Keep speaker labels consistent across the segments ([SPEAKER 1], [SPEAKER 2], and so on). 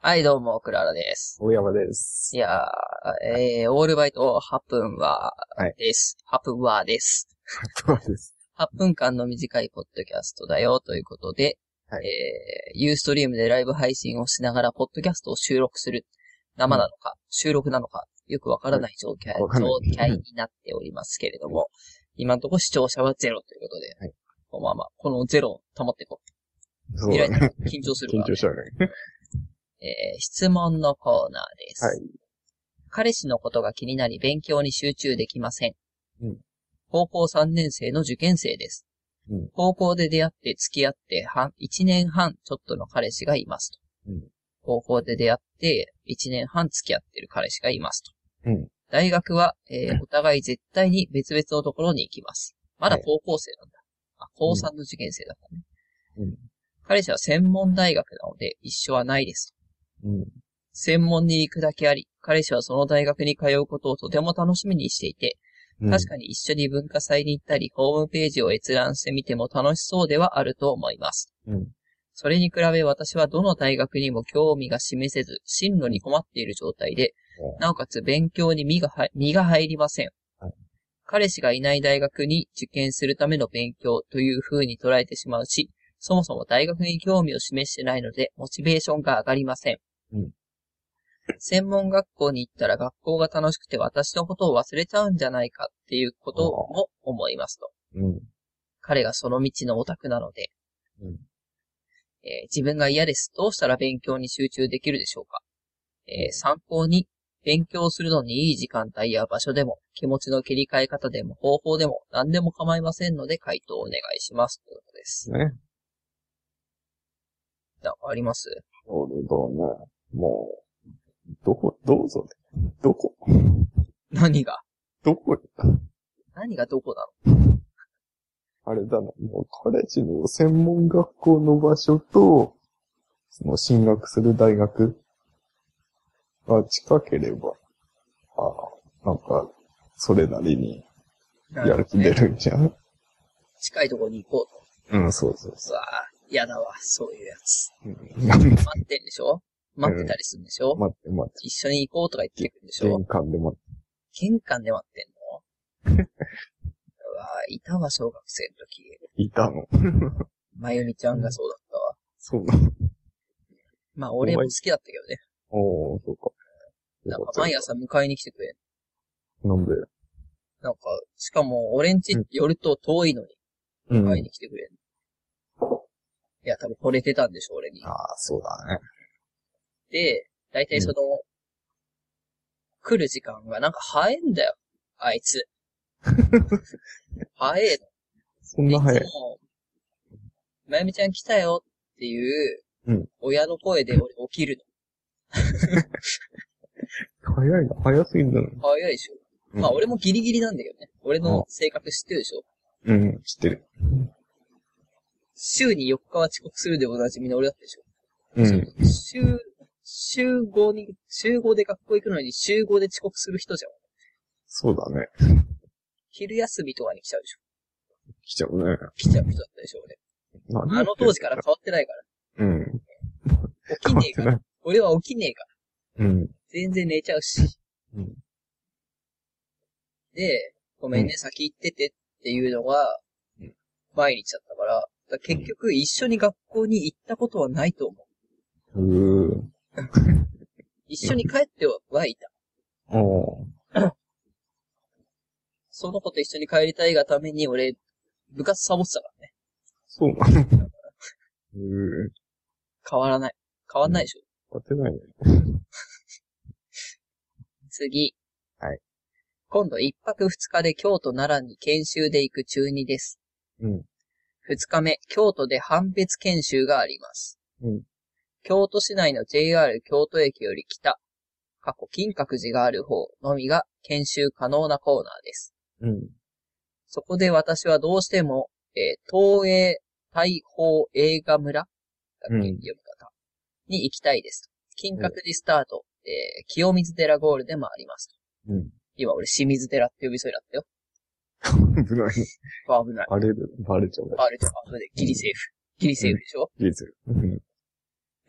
[SPEAKER 1] はい、どうも、クララです。
[SPEAKER 2] 大山です。
[SPEAKER 1] いやー、えー、オールバイト、ハプンは
[SPEAKER 2] はい、
[SPEAKER 1] です。ハプンはです。
[SPEAKER 2] そうです。
[SPEAKER 1] 8分間の短いポッドキャストだよ、ということで、
[SPEAKER 2] はい
[SPEAKER 1] えー、ユーストリームでライブ配信をしながら、ポッドキャストを収録する。生なのか、収録なのか、よくわからない状況、
[SPEAKER 2] いわかんない
[SPEAKER 1] 状態になっておりますけれども、今のところ視聴者はゼロということで、
[SPEAKER 2] はい
[SPEAKER 1] このまま、このゼロを保っていこ。
[SPEAKER 2] そうう
[SPEAKER 1] 未
[SPEAKER 2] だ
[SPEAKER 1] 来
[SPEAKER 2] ね。
[SPEAKER 1] 緊張する
[SPEAKER 2] 緊
[SPEAKER 1] わ。
[SPEAKER 2] 張しちゃうね。
[SPEAKER 1] えー質問のコーナーです。
[SPEAKER 2] はい
[SPEAKER 1] 彼氏のことが気になり勉強に集中できません。
[SPEAKER 2] うん
[SPEAKER 1] 高校3年生の受験生です。
[SPEAKER 2] うん
[SPEAKER 1] 高校で出会って付き合って半、1年半ちょっとの彼氏がいますと。
[SPEAKER 2] うん
[SPEAKER 1] 高校で出会って1年半付き合ってる彼氏がいますと。
[SPEAKER 2] うん
[SPEAKER 1] 大学は、えーお互い絶対に別々のところに行きます。まだ高校生なんだ。あ、高3の受験生だったね。
[SPEAKER 2] うん
[SPEAKER 1] 彼氏は専門大学なので一緒はないです。
[SPEAKER 2] うん。
[SPEAKER 1] 専門に行くだけあり、彼氏はその大学に通うことをとても楽しみにしていて、
[SPEAKER 2] うん
[SPEAKER 1] 確かに一緒に文化祭に行ったり、ホームページを閲覧してみても楽しそうではあると思います。
[SPEAKER 2] うん
[SPEAKER 1] それに比べ私はどの大学にも興味が示せず、進路に困っている状態で
[SPEAKER 2] う、
[SPEAKER 1] なおかつ勉強に身が入身が入りません
[SPEAKER 2] はい。
[SPEAKER 1] 彼氏がいない大学に受験するための勉強という風に捉えてしまうし、そもそも大学に興味を示してないので、モチベーションが上がりません。専門学校に行ったら学校が楽しくて私のことを忘れちゃうんじゃないかっていうことも思いますと。
[SPEAKER 2] うん。
[SPEAKER 1] 彼がその道のオタクなので、
[SPEAKER 2] うん
[SPEAKER 1] えー自分が嫌です。どうしたら勉強に集中できるでしょうか、えー参考に勉強するのにいい時間帯や場所でも気持ちの切り替え方でも方法でも何でも構いませんので回答をお願いします。ということです。
[SPEAKER 2] ね。
[SPEAKER 1] なんかあります
[SPEAKER 2] そうだね。もう、どこ、どうぞ。どこ、
[SPEAKER 1] 何が
[SPEAKER 2] どこ
[SPEAKER 1] 何がどこなの
[SPEAKER 2] あれだな。もう、彼氏の専門学校の場所と、その進学する大学が近ければ、あなんか、それなりにやる気出るんじゃん、
[SPEAKER 1] 近いところに行こう
[SPEAKER 2] うん、そうそう
[SPEAKER 1] と。うわぁ、嫌だわ、そういうやつ。
[SPEAKER 2] う。うん
[SPEAKER 1] 待ってんでしょ待ってたりするんでしょ、
[SPEAKER 2] 待って待って。
[SPEAKER 1] 一緒に行こうとか言ってくるんでしょ
[SPEAKER 2] 玄関で待って。
[SPEAKER 1] 玄関で待ってんの うわぁ、いたわ、小学生の時。
[SPEAKER 2] いたの。
[SPEAKER 1] まゆみちゃんがそうだったわ。
[SPEAKER 2] そうなの。
[SPEAKER 1] まあ、俺も好きだったけどね。
[SPEAKER 2] おー、そうか。
[SPEAKER 1] なんか、毎朝迎えに来てくれん。
[SPEAKER 2] なんで
[SPEAKER 1] なんか、しかも、俺んち寄ると遠いのに
[SPEAKER 2] う
[SPEAKER 1] 迎えに来てくれん。いや、多分惚れてたんでしょ、俺に
[SPEAKER 2] あ。あ、そうだね。
[SPEAKER 1] で、だいたいその、来る時間がなんか早いんだよ。あい つ。早い
[SPEAKER 2] そんな早
[SPEAKER 1] い
[SPEAKER 2] い。
[SPEAKER 1] つも、まゆみちゃん来たよっていう
[SPEAKER 2] うん、
[SPEAKER 1] 親の声で俺起きる
[SPEAKER 2] 早いな、早すぎるの。
[SPEAKER 1] の。早いでしょ。
[SPEAKER 2] うん
[SPEAKER 1] まあ俺もギリギリなんだけどね。俺の性格知ってるでしょ。
[SPEAKER 2] うん、知ってる。
[SPEAKER 1] 週に4日は遅刻するでおなじみの俺だったでしょ。
[SPEAKER 2] うん。
[SPEAKER 1] 週、週5に、週5で学校行くのに週5で遅刻する人じゃん。
[SPEAKER 2] そうだね。
[SPEAKER 1] 昼休みとかに来ちゃうでしょ。
[SPEAKER 2] 来ちゃうね。
[SPEAKER 1] 来ちゃう人だったでしょ、俺。あの当時から変わってないから。
[SPEAKER 2] うん。
[SPEAKER 1] 起きねえから。
[SPEAKER 2] ら。
[SPEAKER 1] 俺は起きねえから。
[SPEAKER 2] うん。
[SPEAKER 1] 全然寝ちゃうし。
[SPEAKER 2] うん
[SPEAKER 1] で、ごめんね、先行っててっていうのが
[SPEAKER 2] うん、
[SPEAKER 1] 毎日だったから、だから結局一緒に学校に行ったことはないと思う。
[SPEAKER 2] うー。
[SPEAKER 1] 一緒に帰ってはいた。
[SPEAKER 2] おー。
[SPEAKER 1] その子と一緒に帰りたいがために俺、部活サボってたからね。
[SPEAKER 2] そうなの。 うー。
[SPEAKER 1] 変わらない。変わんないでしょ。
[SPEAKER 2] 当てないね。
[SPEAKER 1] 次。
[SPEAKER 2] はい。
[SPEAKER 1] 今度一泊二日で京都奈良に研修で行く中二です。
[SPEAKER 2] うん。
[SPEAKER 1] 二日目、京都で判別研修があります。
[SPEAKER 2] うん
[SPEAKER 1] 京都市内の JR 京都駅より北、過去金閣寺がある方のみが研修可能なコーナーです。
[SPEAKER 2] うん。
[SPEAKER 1] そこで私はどうしても、えー東映大砲映画村だっけ、
[SPEAKER 2] うん
[SPEAKER 1] 読み方に行きたいです。金閣寺スタート、えー清水寺ゴールでもあります。
[SPEAKER 2] うん。
[SPEAKER 1] 今俺清水寺って呼びそうになったよ。
[SPEAKER 2] 危ない。
[SPEAKER 1] あ危ない。
[SPEAKER 2] バレる、バレちゃうね。
[SPEAKER 1] あれとか、危ないギリセーフ。ギリセーフでしょ、
[SPEAKER 2] リズル。うん。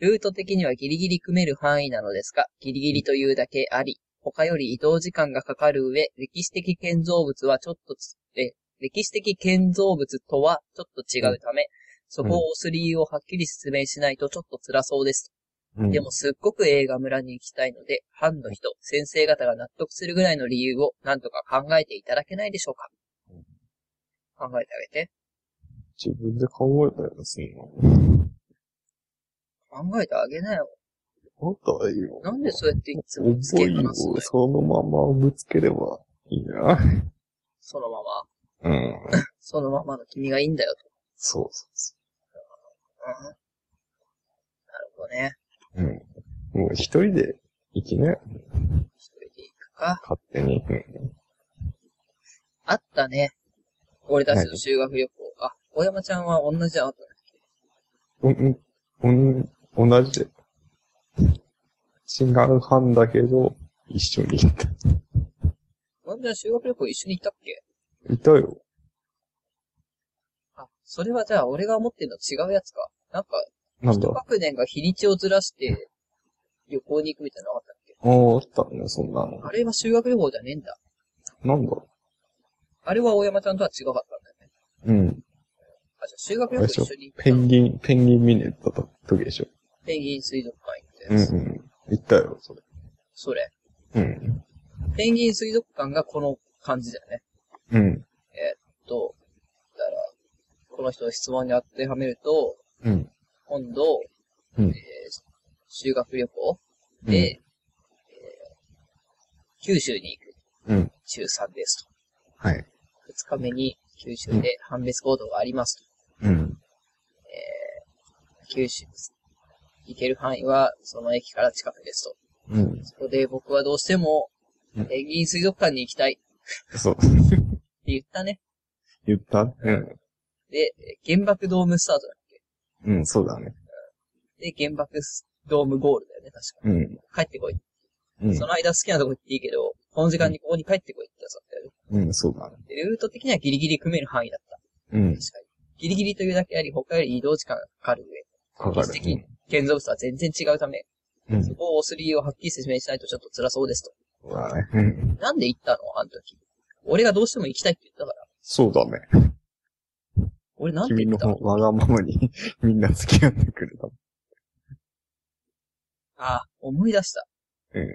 [SPEAKER 1] ルート的にはギリギリ組める範囲なのですが、ギリギリというだけあり、他より移動時間がかかる上、歴史的建造物はちょっとつ、え、歴史的建造物とはちょっと違うため、そこを 3E をはっきり説明しないとちょっと辛そうです。
[SPEAKER 2] うん
[SPEAKER 1] でもすっごく映画村に行きたいので、ファンの人、先生方が納得するぐらいの理由をなんとか考えていただけないでしょうか
[SPEAKER 2] うん。
[SPEAKER 1] 考えてあげて。
[SPEAKER 2] 自分で考えたよな、そんな
[SPEAKER 1] 考えてあげなよ。
[SPEAKER 2] の。あったらいいよ。
[SPEAKER 1] なんでそうやっていつもつ
[SPEAKER 2] 重
[SPEAKER 1] け
[SPEAKER 2] い
[SPEAKER 1] 話
[SPEAKER 2] を
[SPEAKER 1] すのよ
[SPEAKER 2] そのままぶつければいいな。
[SPEAKER 1] そのまま。
[SPEAKER 2] うん。
[SPEAKER 1] そのままの君がいいんだよと。
[SPEAKER 2] そうそうそ
[SPEAKER 1] うん、なるほどね。
[SPEAKER 2] う。うん。もう一人で行きね、
[SPEAKER 1] 一人で行くか。
[SPEAKER 2] 勝手に。うん
[SPEAKER 1] あったね。俺たちの修学旅行。あ、小山ちゃんは同じじゃなかったね。
[SPEAKER 2] うん、うん、うん、同じで。違う班だけど、一緒に行った。
[SPEAKER 1] 小山ちゃん修学旅行一緒に行ったっけ
[SPEAKER 2] いたよ。
[SPEAKER 1] あ、それはじゃあ俺が思ってるの違うやつか。なんか、
[SPEAKER 2] なん
[SPEAKER 1] 一
[SPEAKER 2] だ。あ
[SPEAKER 1] 学年が日にちをずらして旅行に行くみたいなのなかったっけ
[SPEAKER 2] あ、あったね、そんなの。
[SPEAKER 1] あれは修学旅行じゃねえんだ。
[SPEAKER 2] なんだ。
[SPEAKER 1] あれは大山ちゃんとは違かったんだよね。
[SPEAKER 2] うん。
[SPEAKER 1] あ、じゃあ修学
[SPEAKER 2] あ
[SPEAKER 1] 旅
[SPEAKER 2] れ
[SPEAKER 1] 行
[SPEAKER 2] でしょ
[SPEAKER 1] 一緒に行っ
[SPEAKER 2] ペ
[SPEAKER 1] たの
[SPEAKER 2] ンギン、ペンギン見に行った時でしょ。
[SPEAKER 1] ペンギン水族館行った
[SPEAKER 2] うん
[SPEAKER 1] や
[SPEAKER 2] う
[SPEAKER 1] つ。
[SPEAKER 2] ん。行ったよ、それ。
[SPEAKER 1] それ。
[SPEAKER 2] うん。
[SPEAKER 1] ペンギン水族館がこの感じだよね。
[SPEAKER 2] うん。
[SPEAKER 1] と、だから、この人の質問に当てはめると、
[SPEAKER 2] うん。
[SPEAKER 1] 今度、
[SPEAKER 2] うん
[SPEAKER 1] えー修学旅行で、えー九州に行く。
[SPEAKER 2] うん。
[SPEAKER 1] 中3ですと。
[SPEAKER 2] はい。
[SPEAKER 1] 2日目に九州で判別行動がありますと。
[SPEAKER 2] うん。
[SPEAKER 1] 九州です。行ける範囲はその駅から近くですと。
[SPEAKER 2] うん。
[SPEAKER 1] そこで僕はどうしても
[SPEAKER 2] うん、
[SPEAKER 1] ペンギン水族館に行きたいって
[SPEAKER 2] そう。
[SPEAKER 1] 言ったね。
[SPEAKER 2] 言ったうん。
[SPEAKER 1] で、えー原爆ドームスタートだっ
[SPEAKER 2] うん、そうだね。
[SPEAKER 1] けで、原爆ドームゴールだよね、確か。
[SPEAKER 2] うん。
[SPEAKER 1] 帰ってこい。
[SPEAKER 2] うん
[SPEAKER 1] そ。の間好きなとこ行っていいけど、この時間にここに帰ってこいってやつだったよね。
[SPEAKER 2] うん、そうだね。
[SPEAKER 1] でルート的にはギリギリ組める範囲だった。
[SPEAKER 2] うん
[SPEAKER 1] 確。かに。ギリギリというだけあり、他より移動時間がかかる上、
[SPEAKER 2] かかる。
[SPEAKER 1] 建造物は全然違うため、
[SPEAKER 2] うん。
[SPEAKER 1] そこを 3E をはっきり説明しないとちょっと辛そうです
[SPEAKER 2] そうだね。うん。
[SPEAKER 1] と。なんで行ったのあの時。俺がどうしても行きたいって言ったから。
[SPEAKER 2] そうだね。
[SPEAKER 1] 俺なんて
[SPEAKER 2] 君
[SPEAKER 1] 言
[SPEAKER 2] の
[SPEAKER 1] ったの
[SPEAKER 2] わがままに みんな付き合ってくれた。
[SPEAKER 1] ああ、思い出した。
[SPEAKER 2] うん。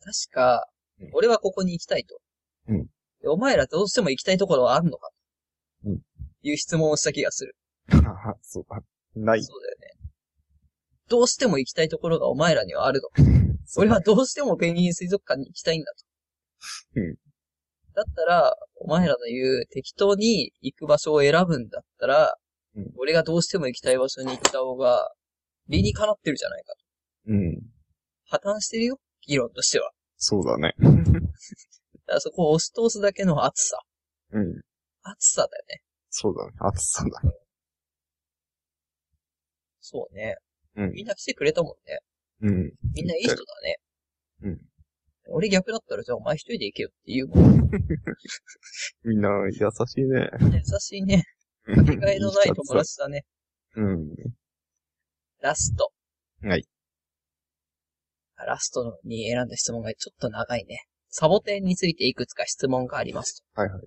[SPEAKER 1] 確か
[SPEAKER 2] うん、
[SPEAKER 1] 俺はここに行きたいと。
[SPEAKER 2] うん
[SPEAKER 1] で。お前らどうしても行きたいところはあるのか
[SPEAKER 2] うん。
[SPEAKER 1] いう質問をした気がする。
[SPEAKER 2] ああ、そうだ。ない。
[SPEAKER 1] そうだよね。どうしても行きたいところがお前らにはあるの。俺はどうしてもペンギン水族館に行きたいんだと。
[SPEAKER 2] うん。
[SPEAKER 1] だったら、お前らの言う適当に行く場所を選ぶんだったら、
[SPEAKER 2] うん
[SPEAKER 1] 俺がどうしても行きたい場所に行った方が、理にかなってるじゃないか
[SPEAKER 2] うん。
[SPEAKER 1] と。破綻してるよ議論としては。
[SPEAKER 2] そうだね。
[SPEAKER 1] だからそこを押し通すだけの熱さ。
[SPEAKER 2] うん。
[SPEAKER 1] 熱さだよね。
[SPEAKER 2] そうだね。暑さだ。
[SPEAKER 1] そうね。
[SPEAKER 2] うん。
[SPEAKER 1] みんな来てくれたもんね。
[SPEAKER 2] うん。
[SPEAKER 1] みんないい人だね。
[SPEAKER 2] うん。
[SPEAKER 1] 俺逆だったら、じゃあお前一人で行けよって言うもん。
[SPEAKER 2] みんな優しいね。
[SPEAKER 1] 優しいね。
[SPEAKER 2] か
[SPEAKER 1] かけがえのない友。達だね。
[SPEAKER 2] うん。
[SPEAKER 1] ラスト。
[SPEAKER 2] はい。
[SPEAKER 1] ラストに選んだ質問がちょっと長いね。サボテンについていくつか質問がありますと。
[SPEAKER 2] はいはい。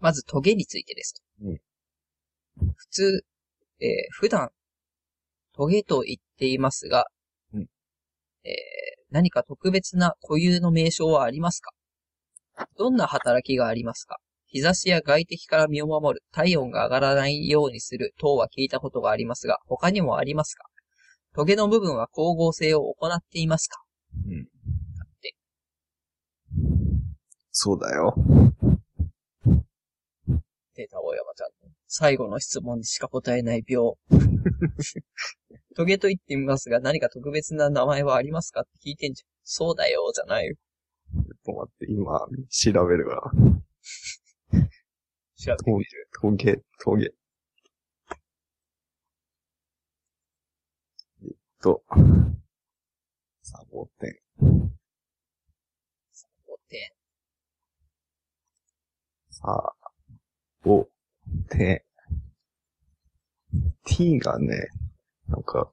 [SPEAKER 1] まず、トゲについてですと。
[SPEAKER 2] うん
[SPEAKER 1] 普通、えー普段、トゲと言っていますが、
[SPEAKER 2] うん
[SPEAKER 1] えー何か特別な固有の名称はありますかどんな働きがありますか日差しや外敵から身を守る、体温が上がらないようにする等は聞いたことがありますが、他にもありますかトゲの部分は光合成を行っていますか
[SPEAKER 2] うん。そうだよ。
[SPEAKER 1] データ大山ちゃんの最後の質問にしか答えない病。トゲと言ってみますが、何か特別な名前はありますかって聞いてんじゃん。そうだよ、じゃないよ。
[SPEAKER 2] ちょっと待って、今、調べるわ。
[SPEAKER 1] 調べて
[SPEAKER 2] ト
[SPEAKER 1] み
[SPEAKER 2] ゲ
[SPEAKER 1] る。、
[SPEAKER 2] トゲ、トゲ。えっと、サボテン。
[SPEAKER 1] おて
[SPEAKER 2] サボテン。t がね、なんか、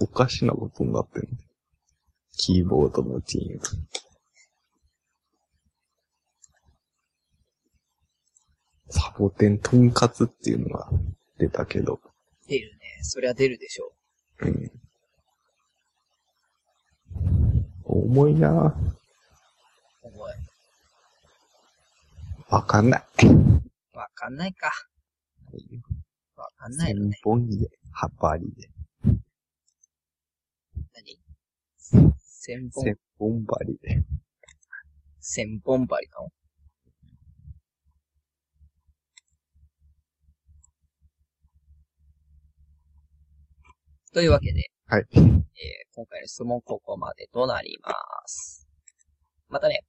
[SPEAKER 2] おかしなことになってんね。キーボードのチーム。サボテンとんかつっていうのが出たけど、
[SPEAKER 1] 出るね。そりゃ出るでしょ
[SPEAKER 2] うん。重いな
[SPEAKER 1] う。重い。
[SPEAKER 2] ぁわかんない。
[SPEAKER 1] わかんないか。わかんない
[SPEAKER 2] 千
[SPEAKER 1] のね。
[SPEAKER 2] 本木で、葉っぱありで、
[SPEAKER 1] 何千本
[SPEAKER 2] 千、本針で。
[SPEAKER 1] 千本針なのというわけで、
[SPEAKER 2] はい。
[SPEAKER 1] えー今回の質問ここまでとなります。またね。